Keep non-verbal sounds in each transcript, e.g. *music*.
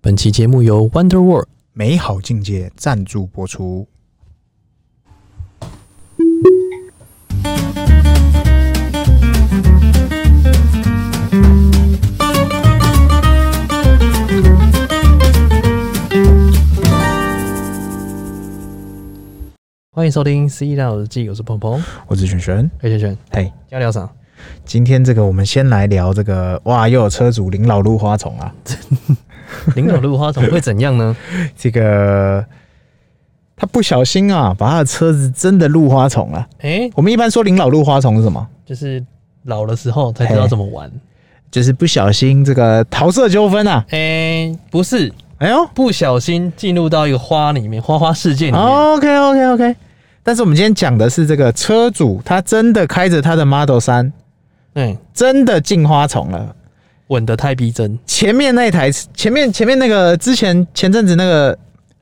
本期节目由 Wonder World 美好境界赞助播出。欢迎收听《C 大佬日记》，我是鹏哎鹏，我是璇璇，黑圈圈，嘿，要聊啥？今天这个我们先来聊这个，哇，又有车主领老入花丛啊，林口路花丛会怎样呢？这个他不小心啊，把他的车子真的入花丛了。 *laughs* 哎、我们一般说领老入花丛是什么？就是老的时候才知道怎么玩。就是不小心这个桃色纠纷啊。哎、不是，哎呦不小心进入到一个花里面，花花世哎界里面。 ，OK OK OK。但是我们今天讲的是这个车主，他真的开着他的 Model 三，对，真的进花丛了。稳得太逼真。前面那一台，前面前面那个之前前阵子那个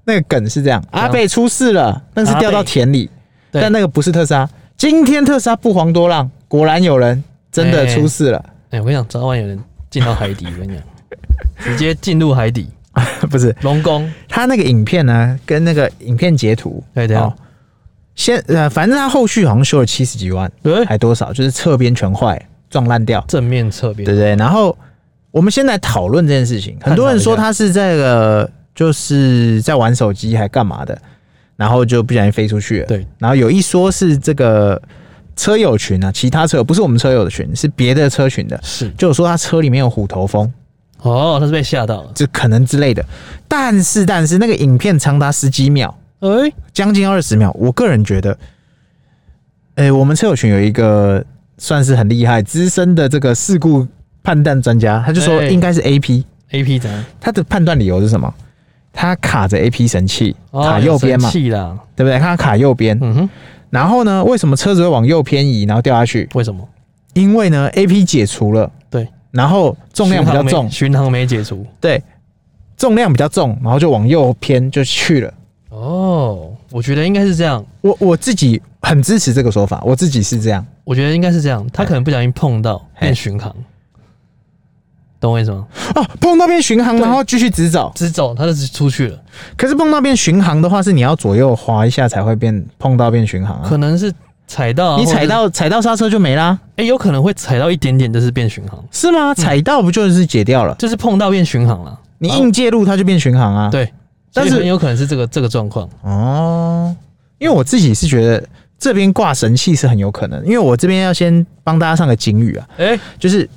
那个梗是这样：样阿贝出事了，那是掉阿到贝田里，啊对但那个不是特斯拉。今天特斯拉不遑多让，果然有人真的出事了， *laughs* 哎、我跟你讲，早晚有人进到 *laughs* 海底，我跟你讲，直接进入海底，不是龙宫。他那个影片呢，跟那个影片截图，对啊对哦先呃，反正他后续好像修了七十几万，对，还多少，就是侧边全坏，撞烂掉，哎正面侧边对不对？然后我们先来讨论这件事情。嗯探讨很多人说他是在呃，就是在玩手机还干嘛的，然后就不小心飞出去了。对，然后有一说是这个车友群啊，其他车友不是我们车友的群，是别的车群的，是。就有说他车里面有虎头蜂，哦，他是被吓到了。这可能之类的。但是但是那个影片长达十几秒，哎、将近二十秒，我个人觉得，诶、我们车友群有一个算是很厉害、资深的这个事故判断专家，他就说哎应该是 AP。 a P 怎样？他的判断理由是什么？他卡着 A P 神器，哦卡右边嘛，有神器啦。对不对？他卡右边，嗯哼，然后呢，为什么车子会往右偏移，然后掉下去？为什么？因为呢，A P 解除了，对，然后重量比较重，巡航没解除。对，重量比较重，然后就往右偏就去了。哦，我觉得应该是这样，我我自己很支持这个说法，我自己是这样，我觉得应该是这样，他可能不小心碰到变巡航，懂我意思吗？哦，碰到边巡航，对然后继续直走。直走，他就直出去了，可是碰到边巡航的话，是你要左右滑一下才会变碰到边巡航啊可。能是踩到啊，你或者踩是，到踩到刹车就没啦，哎、有可能会踩到一点点，就是变巡航，是吗？踩到不就是解掉了？就是碰到变巡航了。你然后硬介入它就变巡航啊。，对，但但是是很有可能是这个这个状况。哦，因为我自己是觉得这边挂神器是很有可能，因为我这边要先帮大家上个警语啊，哎、就是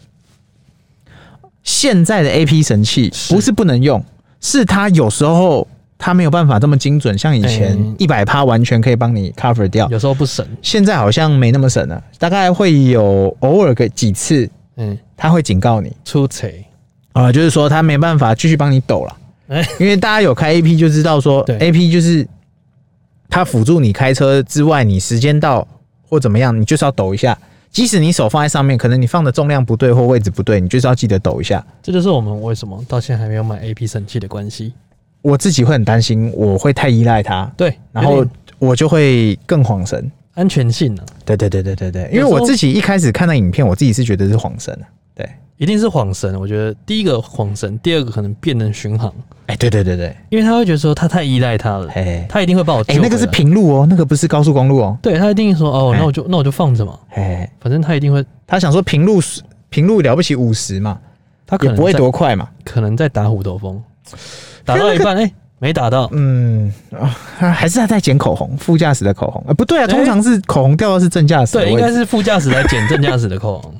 现在的 A P 神器是不是不能用，是它有时候它没有办法这么精准，像以前嗯一百趴完全可以帮你 cover 掉，有时候不省，现在好像没那么神了，大概会有偶尔个几次嗯，它会警告你。出贼，啊，就是说他没办法继续帮你抖了，哎因为大家有开 A P 就知道说对，A P 就是它辅助你开车之外，你时间到或怎么样，你就是要抖一下。即使你手放在上面，可能你放的重量不对或位置不对，你就是要记得抖一下。这就是我们为什么到现在还没有买 A P 神器的关系。我自己会很担心，我会太依赖它，对，然后有点我就会更晃神。安全性呢、啊，对对对对对对，因为有时候我自己一开始看到影片，我自己是觉得是晃神的。对，一定是晃神。我觉得第一个晃神，第二个可能变成巡航。哎，对对对对，因为他会觉得说他太依赖他了，哎他一定会把我救哎，回来。那个是平路哦，那个不是高速公路哦，对他一定说哦，哎那我就那我就放着嘛，哎，反正他一定会，他想说平路平路了不起五十嘛，他可也能不会在，多快嘛。可能在打虎头 *laughs* 蜂，打到一半哎、没打到，嗯， *laughs* 啊还是他在捡口红，副驾驶的口红。呃，不对啊，诶通常是口红掉到是正驾驶的哎对，应位该置，是副驾驶来捡正驾驶的扣 *laughs* 红，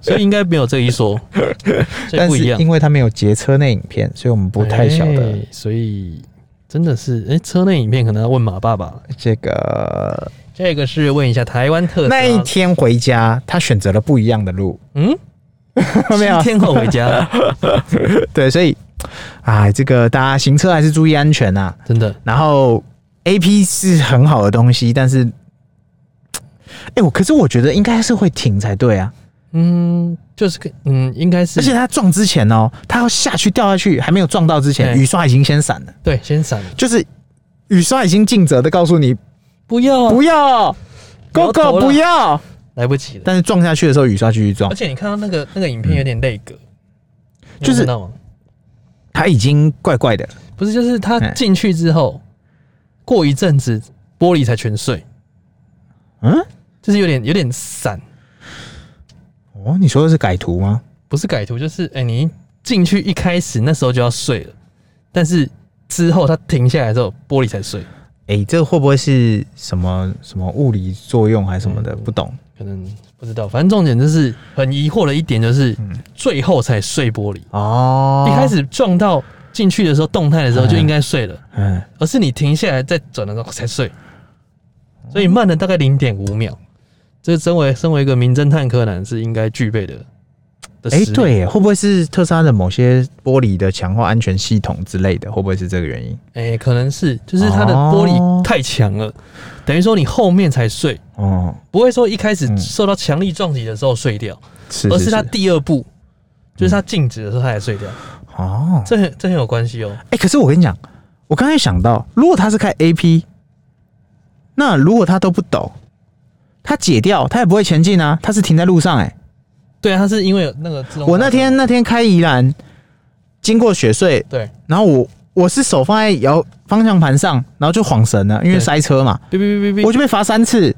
所以应该没有这一说，所以但不是一样，因为他没有截车内影片，所以我们不太晓得哎所以真的是哎、车内影片可能要问马爸爸了，这个。这个是问一下台湾特斯拉那一天回家，他选择了不一样的路，嗯，没有七天后回 *laughs* 家，对，所以，哎，这个大家行车还是注意安全呐、啊。真的然后，A P 是很好的东西，但是，哎、我可是我觉得应该是会停才对啊。嗯就是跟嗯应该是而且他撞之前哦，他要下去掉下去，还没有撞到之前，对雨刷已经先闪了，对先闪了，就是雨刷已经尽责的告诉你不要啊不要，摇狗头狗了不要。来不及了。但是撞下去的时候，雨刷继续撞而，且你看到那个那个影片有点泪格，就是你有看到吗？它已经怪怪的了，不是，就是他进去之后，过一阵子玻璃才全碎，嗯，就是有点有点散，哦，你说的是改图吗？不是改图，就是哎、你一进去一开始那时候就要碎了，但是之后它停下来之后，玻璃才碎，哎、这会不会是什么什么物理作用还是什么的？不懂。可能不知道，反正重点就是很疑惑的一点就是，最后才碎玻璃，哦哎一开，始撞到进去的时候动态的时候就应该碎了，嗯，而是你停下来再转的时候才碎，所以慢了大概零点五秒。这身为身为一个名侦探柯南是应该具备的的哎、实力，对耶，会不会是特斯拉的某些玻璃的强化安全系统之类的？会不会是这个原因？哎、可能是就是它的玻哦璃太强了，等于说你后面才碎，哦，不会说一开始嗯受到强力撞击的时候碎掉，是嗯而是是它是，第二步。就是它静止的时候，它才碎掉，哦，这很这很有关系哦。哎、可是我跟你讲，我刚才想到，如果他是开 AP，那如果他都不抖，他解掉他也不会前进啊，他是停在路上、哎，对啊，它是因为有那个自动。我那天那天开宜兰，经过雪隧，对，然后我我是手放在摇方向盘上，然后就晃神了，因为对塞车嘛，哔哔哔哔我哔，就被罚三次。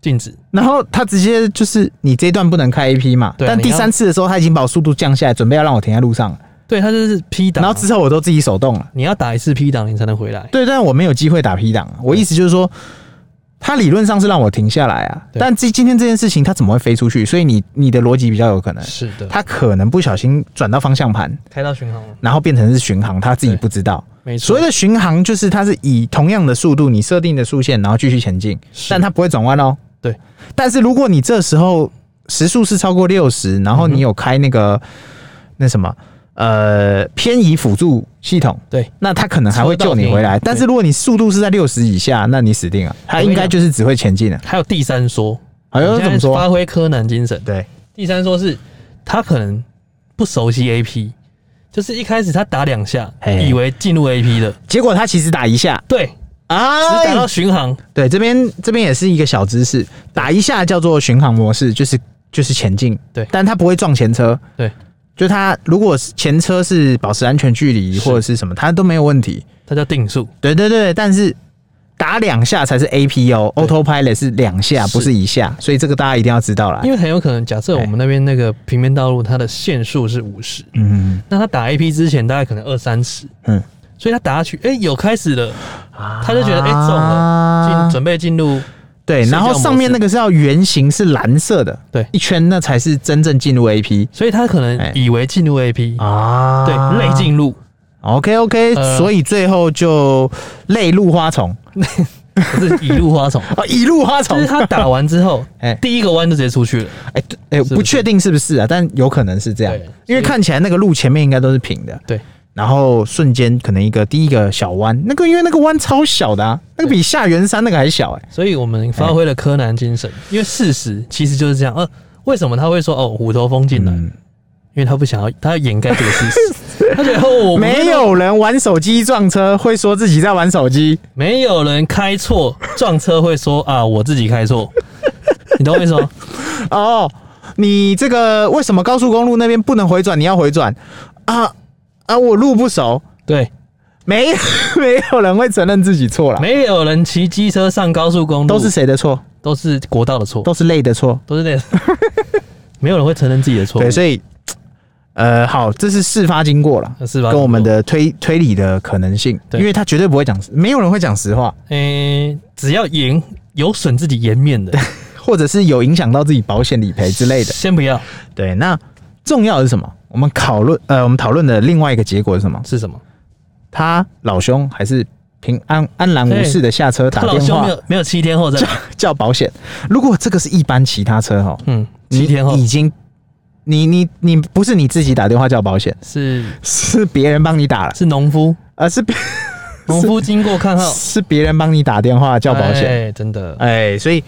静止。然后他直接就是你这一段不能开 AP 嘛，对啊但第三次的时候他已经把我速度降下来，准备要让我停在路上了，对，它就是 P 档然啊，后之后我都自己手动了。你要打一次 P 档，你才能回来。对，但我没有机会打 P 档啊。我意思就是说，他理论上是让我停下来啊，对但今今天这件事情他怎么会飞出去？所以你你的逻辑比较有可能，是的，他可能不小心转到方向盘，开到巡航了，然后变成是巡航，他自己对不知道。没错。所谓的巡航就是它是以同样的速度，你设定的速线，然后继续前进，是但它不会转弯哦。对，但是如果你这时候时速是超过六十，然后你有开那个、那什么呃偏移辅助系统，对，那它可能还会救你回车道偏来。移但是如果你速度是在六十以下，那你死定了，它应该就是只会前进了。还有第三说，哎我呦，们怎么现在说？发挥柯南精神。对，第三说是他可能不熟悉 AP，就是一开始他打两下，嘿以为进入 AP 了，结果它其实打一下对，只啊打到巡航。对，这边这边也是一个小知识，打一下叫做巡航模式，就是就是前进，对但它不会撞前车，对，就它如果是前车是保持安全距离是或者是什么，它都没有问题。它叫定速，对对对，但是打两下才是 A P O Autopilot 是两下，是不是一下，所以这个大家一定要知道啦因。为很有可能，假设我们那边那个平面道路，它的限速是五十，嗯那他打 AP 之前大概可能二三十，嗯，啊所以他打下去，哎、有开始了，他他就觉得哎、中了，进准备进入对，睡觉然后上面模式那个是要圆形是蓝色的，对一圈那才是真正进入 A P 所以他可哎能以为进入 AP，、啊对，类进 *laughs* 入， OK OK，、呃所以最后就泪露花丛不是一路花丛，啊，一路花就是他打完之后，哎第一个弯就直接出去了，哎对哎，是不确定是不是啊，但有可能是这样对，因所为以看起来那个路前面应该都是平的，对，然后瞬间可能一个第一个小弯，那个因为那个弯超小的啊，那个比下元山那个还小哎、所以我们发挥了柯南精神，因为事实其实就是这样，呃，为什么他会说哦虎头蜂进来？嗯因为他不想要，他要掩盖这个事 *laughs* 实。他觉得哦，我不没有人玩手机撞车会说自己在玩手机，没有人开错撞车会说啊，我自己开错， *laughs* 你懂我意思吗？哦，你这个为什么高速公路那边不能回转？你要回转啊啊！我路不熟，对，没 *laughs* 没有人会承认自己错了，没有人骑机车上高速公路，都是谁的错？都是国道的错，都是累的错。都是那样， *laughs* 没有人会承认自己的错误对，，所以呃，好，这是事发经过了，是吧？跟我们的推推理的可能性，对因为他绝对不会讲，没有人会讲实话，诶、只要颜有损自己颜面 *laughs* 的或者是有影响到自己保险理赔哎之类的。先不要对，那重要的是什么？我们讨论呃，我们讨论的另外一个结果是什么？是什么？他老兄还是平安安然无事的下车打他老电兄话没有没有七天后再叫来， *laughs* 叫保险。如果这个是一般其他车哈，嗯，你七天后已经。你你你不是你自己打电话叫保险，是是别人帮你打了，是农夫，而 *laughs* 是别农夫经过看号 *laughs* 是别人帮你打电话叫保险，哦哎真的，哎、所以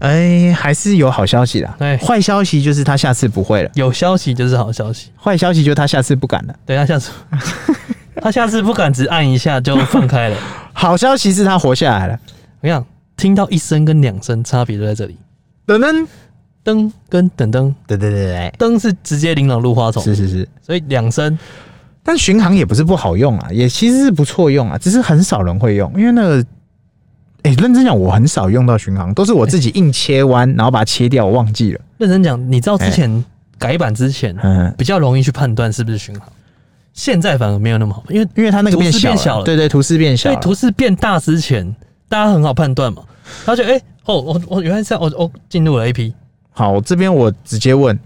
哎、还是有好消息啦。哎坏消息就是他下次不会了，有消息就是好消息。坏消息就是他下次不敢了。等一下下 *laughs* 次，他下次不敢只按一下就放开了。好消息是他活下来了。我跟你讲，听到一声跟两声差别就在这里，等等，噔跟噔噔对对对对，噔是直接琳琅入花丛，是是是，所以两声但巡航也不是不好用啊，也其实是不错用啊，只是很少人会用，因为那个，哎、认真讲，我很少用到巡航，都是我自己硬切弯，然后把它切掉，我忘记了。认真讲，你知道之前改版之前哎嗯，比较容易去判断是不是巡航，现在反而没有那么好，因为因为它那个变图示小了，变小了对对，图示变小所以了，图示变大之前，大家很好判断嘛。他就哎、哦，我我原来是这样，我我进入了 A P，好，我这边我直接问，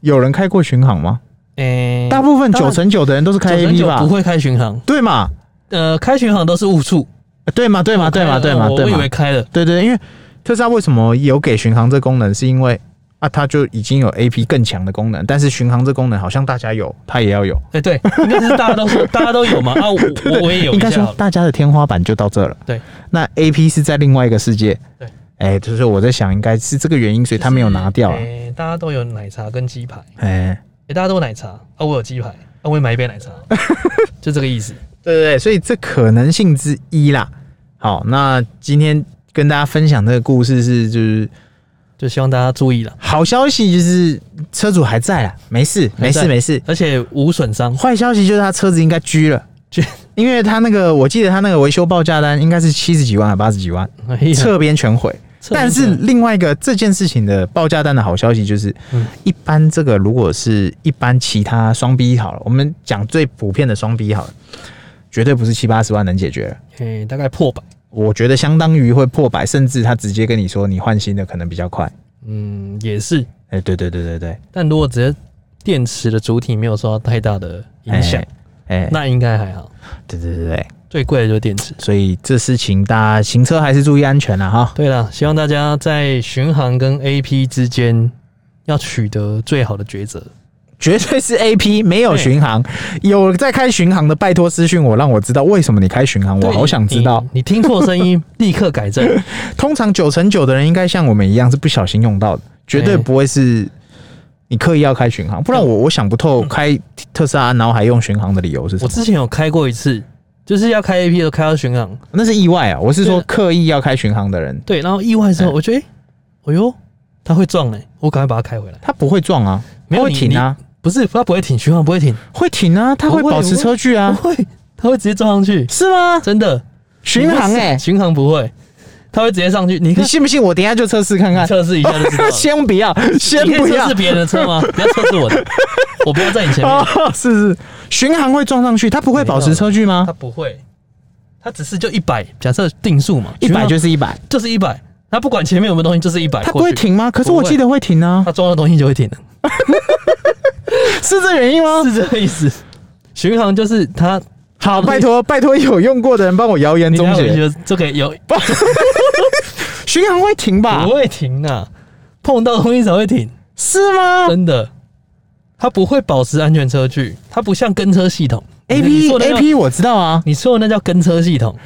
有人开过巡航吗？哎、大部分当九然成九的人都是开九 A 成 P 九吧不？会开巡航，对嘛？呃，开巡航都是误触，呃对嘛？对嘛？对嘛？对嘛？我对我以嘛为？开了，对对，因为特斯拉为什么有给巡航这功能，是因为啊，它就已经有 A P 更强的功能，但是巡航这功能好像大家有，它也要有。哎、对，应该是大家都说大家都 *laughs* 有嘛，啊，我我我也有应一该下好说了，大家的天花板就到这了。对，那 A P 是在另外一个世界。对，哎、就是我在想，应该是这个原因，所以他没有拿掉啊哎、。大家都有奶茶跟鸡排，哎、哎、大家都有奶茶啊，我有鸡排啊，我也买一杯 *laughs* 奶茶，就这个意思。对对对，所以这可能性之一啦。好，那今天跟大家分享这个故事是，就是就希望大家注意了，好消息，就是车主还在啦，啊没事，没还在事，没事。而且无损伤，坏消息就是他车子应该居了，居，因为他那个我记得他那个维修报价单应该是七十几万还八十几万，哎呀侧边全毁。侧面但是讲另外一个这件事情的报价单的好消息就是，嗯一般这个如果是一般其他双 B 好了，我们讲最普遍的双 B 好了，绝对不是七八十万能解决。哎、大概破百，我觉得相当于会破百，甚至他直接跟你说你换新的可能比较快。嗯，也是。哎、对对对对对，但如果只是电池的主体没有受到太大的影响，哎、哎那应该还好。对对对对，最贵的就是电池。所以这事情大家行车还是注意安全啦哈。对了，希望大家在巡航跟 AP 之间要取得最好的抉择。绝 *laughs* 对是 A P 没有巡航，有在开巡航的，拜托私讯我，让我知道为什么你开巡航，我对嗯好想知道你。。你听错声音，立刻改正。 *laughs* 通常九成九的人应该像我们一样是不小心用到的，绝对哎不会是你刻意要开巡航，不然我我想不透开特斯拉然后还用巡航的理由是什我么。之前有开过一次，就是要开 AP 都开到巡航，那是意外啊，我是说对刻意要开巡航的人，对，然后意外之后，哎我觉得，哎、哎呦，它会撞哎、我赶快把它开回来。他不会撞啊，没他有会你停啊，不是，它不会停，巡航不会停，会停啊，他会不会保持车距不啊，会，它会直接撞上去，是吗？真的。巡航哎、巡航不会，它会直接上去。你你啊看信不信？我等一下就测试看看。测试一下就知道 *laughs* 了。先不要，先你可不以要测试。别人的车 *laughs* 吗？不要测试我的，我不要在你前面。哦，是 *laughs* 是，巡航会撞上去，它不会保持车距吗他？不会，他只是就一百，假设定速嘛，一百巡航啊就是一百，就是一百，他不管前面有没有东西，就是一百。它不会，停吗？可是不我会记得会停啊， *laughs* 他撞到东西就会停了， *laughs* 是这原因吗？是这个意思。巡航就是他，好，拜托拜托，有用过的人帮我谣言你终待会结。就这个有巡航会停吧不？会停啊，碰到东西才会停，是吗真的。它不会保持安全车距，它不像跟车系统。 ？A 你 P 说的那 A 个 P 我知道啊，你说的那叫跟车系统，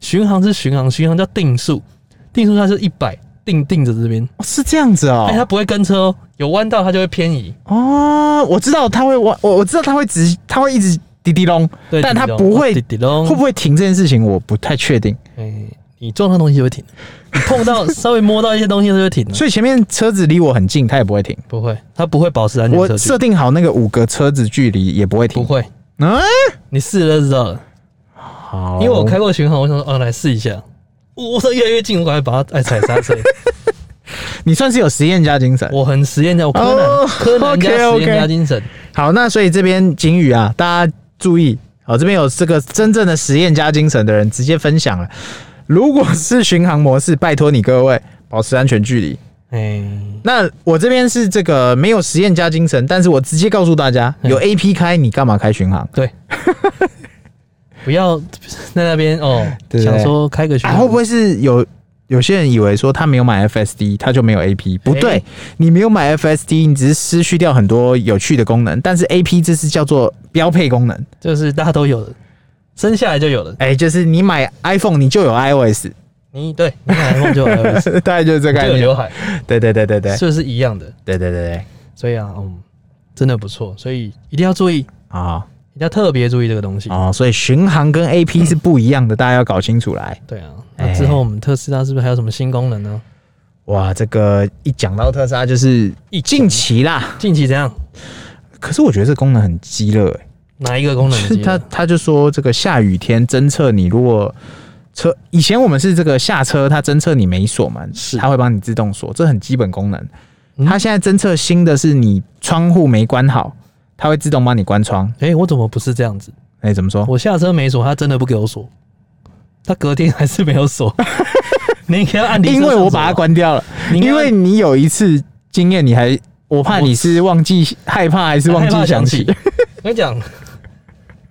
巡航是巡航，巡航叫定速，定速它是一百定定着这边，哦是这样子哎、它哦。不会跟车哦，有弯道它就会偏移，哦，我知道它会我我我知道它会直，它会一直滴滴隆，对，但它滴滴不咚会滴滴咚，会不会停这件事情我不太确定。哎、你撞到东西就会停，你碰 *laughs* 到稍微摸到一些东西它就会停了，所以前面车子离我很近，它也不会停。不会，它不会保持安全我车距设，定好那个五个车子距离也不会不停。会，嗯，你试了就知道了，好，因为我开过巡航，我想说哦来试一下，我我说越来越近，我赶快把它哎踩 *laughs* 刹车，你算是有实验家精神。我很实验家，我柯南、哦柯南加实 OK，OK 验家精神，好，那所以这边警语啊，大家注意，好，这边有这个真正的实验家精神的人直接分享了。如果是巡航模式，拜托你各位保持安全距离。哎、那我这边是这个没有实验家精神，但是我直接告诉大家，嗯有 A P 开，你干嘛开巡航？ *laughs* 对，不要在那边哦，对不对想说开个学、啊，会不会是有有些人以为说他没有买 F S D，他就没有 A P？不对，哎你没有买 F S D，你只是失去掉很多有趣的功能，但是 A P 这是叫做标配功能。就是大家都有的，生下来就有了。哎、就是你买 iPhone 你就有 iOS，你对，你买 iPhone 就有 iOS， *laughs* 大概就是这就概有念。刘海，对对对对对是不是一样的？对对对对，所以啊，嗯，真的不错，所以一定要注意，一啊定要特别注意这个东西。哦，所以巡航跟 A P 是不一样的，大家要搞清楚来。对啊，哎那之后我们特斯拉是不是还有什么新功能呢？哇，这个一讲到特斯拉就是一近期啦，近期怎样？可是我觉得这功能很鸡肋、欸，哪一个功能是机呢？ *laughs* 他他就说这个下雨天侦测你如果车以前我们是这个下车，它侦测你没锁门，是它会帮你自动锁，这很基本功能。嗯它现在侦测新的是你窗户没关好，它会自动帮你关窗。哎、我怎么不是这样子？哎、怎么说？我下车没锁，他真的不给我锁，他隔天还是没有 *laughs* 锁。你应该要按铃因声上锁吧，啊为我把它关掉了，你应该因按，为你有一次经验，你还我怕你是忘记害怕还是忘害记怕想想起 *laughs* 起。我跟你讲，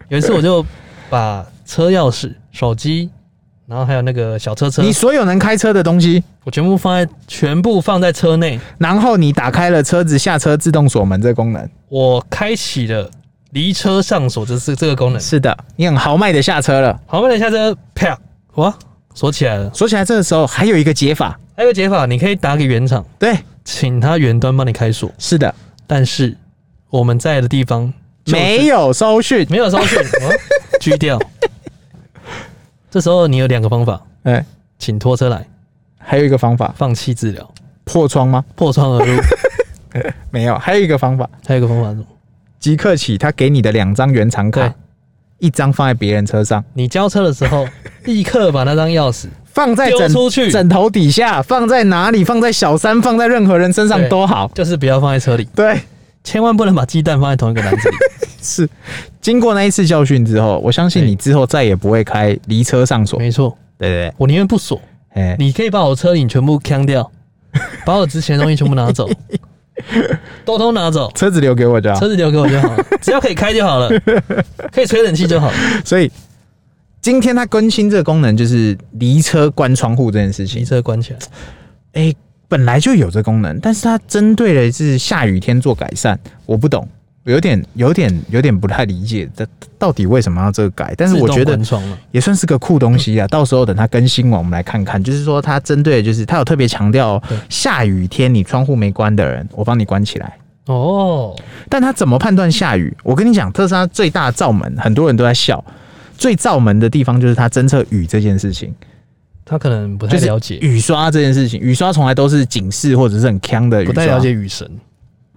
有一次我就把车钥匙、手机，然后还有那个小车车你，所有能开车的东西，我全部放在全部放在车内，然后你打开了车子下车自动锁门这功能。我开启了离车上锁，这是这个功能。是的，你很豪迈的下车了。好，我们等一下车，啪，哇，锁起来了。说起来，这个时候还有一个解法，还有个解法，你可以打给原厂，对，请他远端帮你开锁，是的，但是我们在的地方就是没有收讯，没有收讯，哦锯掉。这时候你有两个方法，哎、请拖车来，还有一个方法，放弃治疗，破窗吗？破窗而入。没有，还有一个方法，还有一个方法是什么？即刻起他给你的两张原厂卡对，一张放在别人车上，你交车的时候，立刻把那张钥匙放在丢枕出去，枕头底下，放在哪里，放在小三，放在任何人身上对都好。就是不要放在车里，对，千万不能把鸡蛋放在同一个篮子里。是。经过那一次教训之后，我相信对你之后再也不会开离车上锁。没错，对对我宁愿不锁，对，哎、你可以把我车顶全部扛掉，把我值钱的东西全部拿走，都都拿走，车子留给我就好车。子留给我就好了，只要可以开就好 *laughs* 了，可以吹冷气就好了。所以今天它更新这个功能，就是离车关窗户这件事情骑。车关起来，哎、本来就有这功能，但是它针对的是下雨天做改善，我不懂，有点、有点、有点不太理解，这到底为什么要这个改？但是我觉自动得关窗了，也算是个酷东西啊，到时候等它更新完，我们来看看。就是说，它针对的就是它有特别强调哦对，下雨天你窗户没关的人，我帮你关起来。哦，但它怎么判断下雨？我跟你讲，特斯拉最大的罩门，很多人都在笑。最罩门的地方就是它侦测雨这件事情，他可能不太就是了解，雨刷这件事情，雨刷从来都是警示或者是很呛的雨不刷，太了解雨神，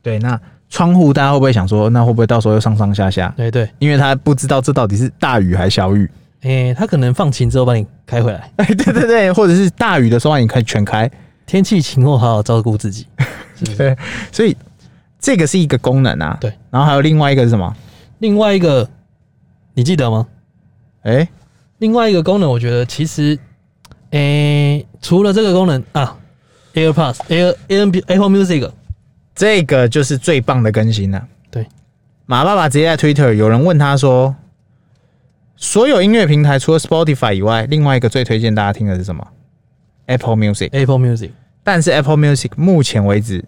对，那窗户大家会不会想说，那会不会到时候又上上下下？对哎对，因为他不知道这到底是大雨还是小雨。 *laughs* 诶，哎他可能放晴之后把你开回来，哎，对对对，或者是大雨的时候你可以全开。天气晴后好好照顾自己，是不是？ *laughs* 对，所以这个是一个功能啊。对，然后还有另外一个是什么？另外一个，你记得吗？哎、另外一个功能，我觉得其实，诶、除了这个功能啊，AirPods、Air、Air、Apple Music，这个就是最棒的更新了、啊对，马爸爸直接在 Twitter 有人问他说，所有音乐平台除了 Spotify 以外，另外一个最推荐大家听的是什么？Apple Music。 Apple Music，但是 Apple Music 目前为止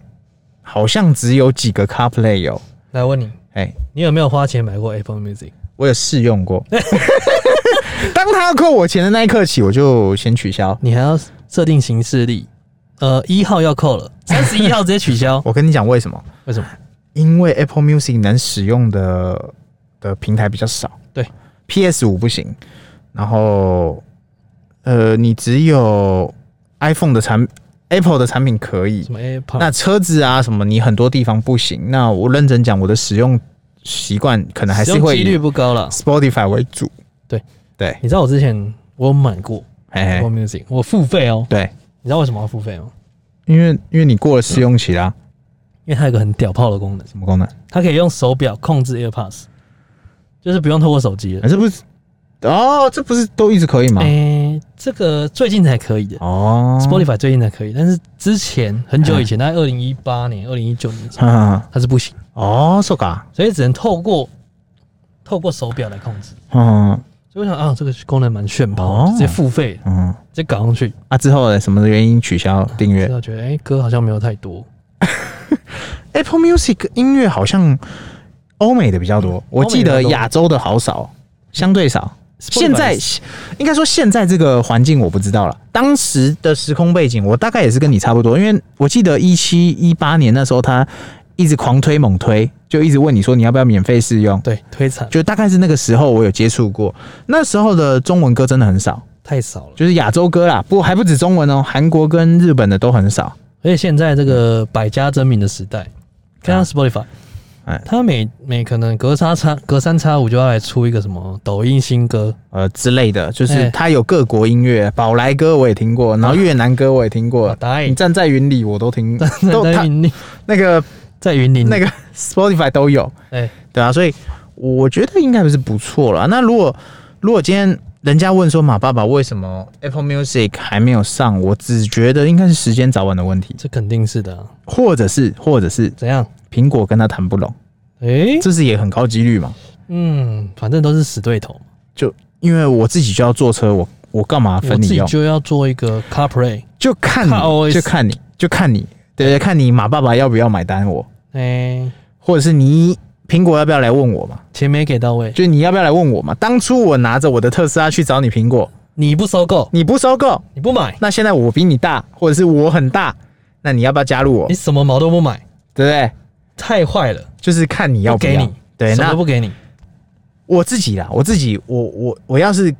好像只有几个 CarPlay 有。来问你，哎、你有没有花钱买过 Apple Music？我有试用过。 *laughs* 当他要扣我钱的那一刻起，我就先取消。你还要设定行事历，呃，一号要扣了，三十一号直接取消 *laughs* ，我跟你讲为什么？为什么？因为 Apple Music 能使用的的平台比较少，对，PS 五不行。然后，呃，你只有 iPhone 的产 Apple 的产品可以什，么哎 AirPod？那车子啊什么，你很多地方不行。那我认真讲，我的使用习惯可能还是使用会几率以不高了。 Spotify 为主。对对，你知道我之前我有买过哎 Apple，Music，我付费哦。对，你知道为什么要付费吗？哦因为因为你过了试用期啦，因为它有一个很屌炮的功能，什么功能？它可以用手表控制 AirPods，就是不用透过手机了。还是不是？哦，这不是都一直可以吗？诶、哎这个最近才可以的、哦 s p o t i f y 最近才可以，但是之前很久以前，大概二零一八年、二零一九年的时候，哎嗯，它是不行，哦，是吧？所以只能透过透过手表来控制。嗯所以我想啊，这个功能蛮炫跑哦的，直接付费，嗯，直接搞上去。啊，之后呢什么原因取消订所阅以我觉得，哎、歌好像没有太多， ？Apple Music 音乐好像欧嗯美的比较多，我欧记美得比较多亚洲的好少，相对少。现在 Spotify 是应该说现在这个环境我不知道了，当时的时空背景我大概也是跟你差不多，因为我记得一七一八年那时候他一直狂推猛推，就一直问你说你要不要免费试用，对推惨就大概是那个时候我有接触过，那时候的中文歌真的很少，太少了，就是亚洲歌啦，不还不止中文哦，韩国跟日本的都很少。而且现在这个百家争鸣的时代，看看 Spotify，啊哎他每每可能隔三差隔三差五就要来出一个什么抖音新歌，呃之类的，就是哎它有各国音乐，宝莱歌我也听过，然后越南歌我也听过，答你应站在云里我都听，*laughs* 都在它云林，那个在云林那个 Spotify 都有，哎对啊，所以我觉得应该不是不错了。那如果如果今天人家问说马爸爸为什么 Apple Music 还没有上，我只觉得应该是时间早晚的问题，这肯定是的啊、或者是或者是怎样？苹果跟他谈不拢，哎、这是也很高几率嘛。嗯，反正都是死对头嘛，因为我自己就要坐车，我我干嘛我分自你己用？就要做一个 CarPlay，就看看你， OS 就看你，就看你，对对，看你马爸爸要不要买单我，哎、或者是你苹果要不要来问我嘛？钱没给到位，就你要不要来问我嘛？当初我拿着我的特斯拉去找你苹果，你不收购，你不收购，你不买，那现在我比你大，或者是我很大，那你要不要加入我你？什么毛都不买，对不对？太坏了，就是看你要不不要。给你，对，什么那都不给你，我自己啦，我自己，我我我要是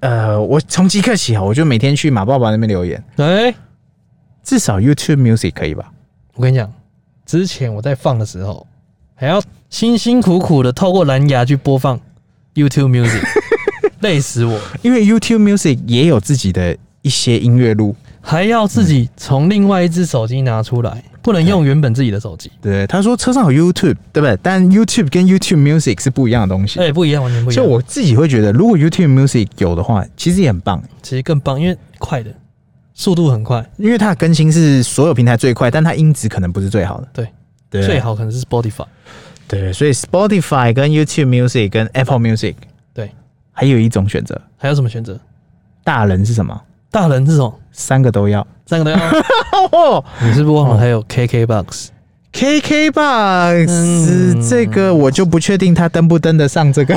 呃，我从即刻起啊，我就每天去马爸爸那边留言，哎、至少 YouTube Music 可以吧？我跟你讲，之前我在放的时候，还要辛辛苦苦的透过蓝牙去播放 YouTube Music，累死我！因为 YouTube Music 也有自己的一些音乐录，还要自己从另外一只手机拿出来，不能用原本自己的手机。对不对？他说车上有 YouTube，对不对？但 YouTube 跟 YouTube Music 是不一样的东西。哎、不一样，完全不一所样。以我自己会觉得，如果 YouTube Music 有的话，其实也很棒，其实更棒，因为快的速度很快，因为它的更新是所有平台最快，但它音质可能不是最好的。对，对啊最好可能是 Spotify。对，所以 Spotify 跟 YouTube Music 跟 Apple Music 对，还有一种选择，还有什么选择？大人是什么？大人这种三个都要。哦三个都要，你是不是忘了还有 KKBox？ KKBox、嗯这个我就不确定它登不登得上 *laughs* 这个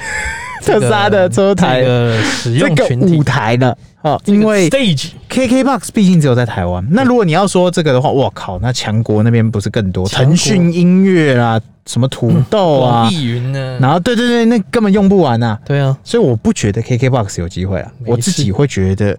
特斯拉的车台、这个使这用个群体舞，台了。哦，这个因为 stage KKBox 毕竟只有在台湾。嗯那如果你要说这个的话，我靠，那强国那边不是更多？强国嗯腾讯音乐啦，什么土豆啊网，易云呢？然后对对对，那根本用不完啊。对啊，所以我不觉得 KKBox 有机会啊，没事我自己会觉得，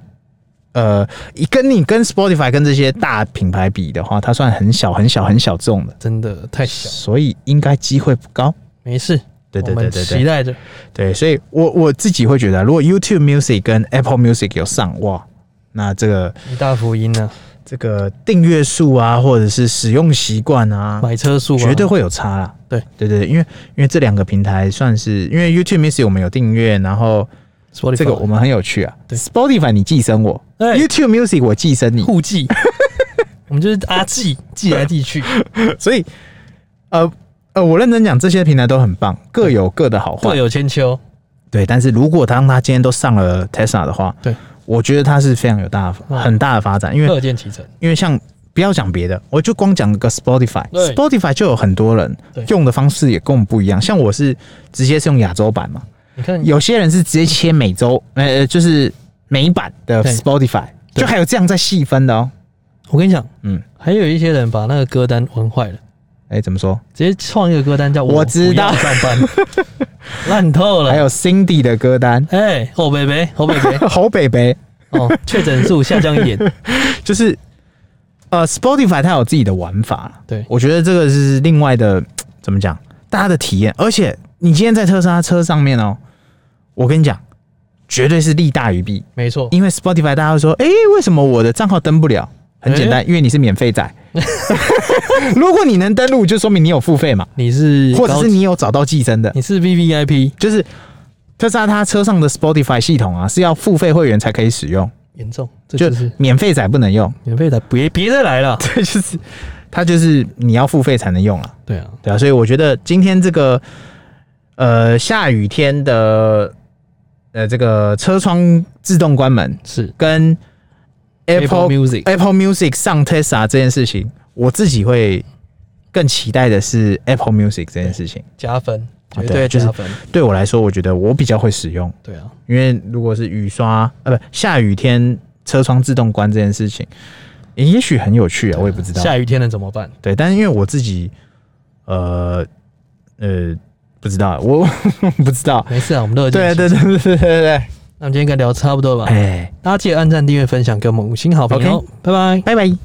呃，一跟你跟 Spotify 跟这些大品牌比的话，它算很小很小很小众的，真的太小，所以应该机会不高。没事。对对我对们对期对待着。对，所以我我自己会觉得啊，如果 YouTube Music 跟 Apple Music 有上哇，那这个一大福音呢、这个订阅数啊，或者是使用习惯啊，买车速、啊、绝对会有差啦。对对对，对因为因为这两个平台算是，因为 YouTube Music 我们有订阅，然后 Spotify 这个我们很有趣啊。对 Spotify 你寄生我、哎 y o u t u b e Music 我寄生你，互 *laughs* 寄，我们就是阿寄寄来寄去，所以呃呃，我认真讲，这些平台都很棒，各有各的好各坏。有千秋。对，但是如果当他今天都上了 Tesla 的话，对，我觉得它是非常有大嗯很大的发展，因为乐见其成，因为像不要讲别的，我就光讲个 Spotify，Spotify 对就有很多人对用的方式也跟我们不一样，像我是直接是用亚洲版嘛，你看有些人是直接切美洲，呃，呃就是美版的对 Spotify，对就还有这样在细分的哦。我跟你讲，嗯，还有一些人把那个歌单玩坏了，哎、怎么说？直接创一个歌单叫我知道不要上班， *laughs* 烂透了。还有 Cindy 的歌单， *laughs* 哎，侯北北，侯北北侯北北，哦，确诊数下降一点，就是呃，Spotify 它有自己的玩法，对我觉得这个是另外的，怎么讲？大家的体验，而且你今天在特斯拉车上面哦，我跟你讲，绝对是利大于弊，没错，因为 Spotify 大家会说，哎、为什么我的账号登不了？很简单，因为你是免费 *laughs* 仔。如果你能登录，就说明你有付费嘛。你是或者高是你有找到寄生的，你是 V V I P，就是特斯拉它车上的 Spotify 系统啊，是要付费会员才可以使用，严重，这就就是免费仔不能用，免费的，别别再来了。对，就是它就是你要付费才能用了，对啊，对啊，所以我觉得今天这个呃下雨天的呃这个车窗自动关门是跟 Apple Apple Music Apple Music 上 Tesla 这件事情，我自己会更期待的是 Apple Music 这件事情。加分，啊绝对啊对就是加分。对我来说，我觉得我比较会使用。对啊，因为如果是雨刷，呃，不，下雨天车窗自动关这件事情，诶也许很有趣啊，我也不知道。下雨天了怎么办？对，但是因为我自己，呃，呃，不知道，我 *laughs* 不知道。没事啊，我们乐见对其成。对对对对对对，那我们今天应该聊差不多吧？哎，大家记得按赞、订阅、分享，给我们五星好评哦！拜拜。拜拜。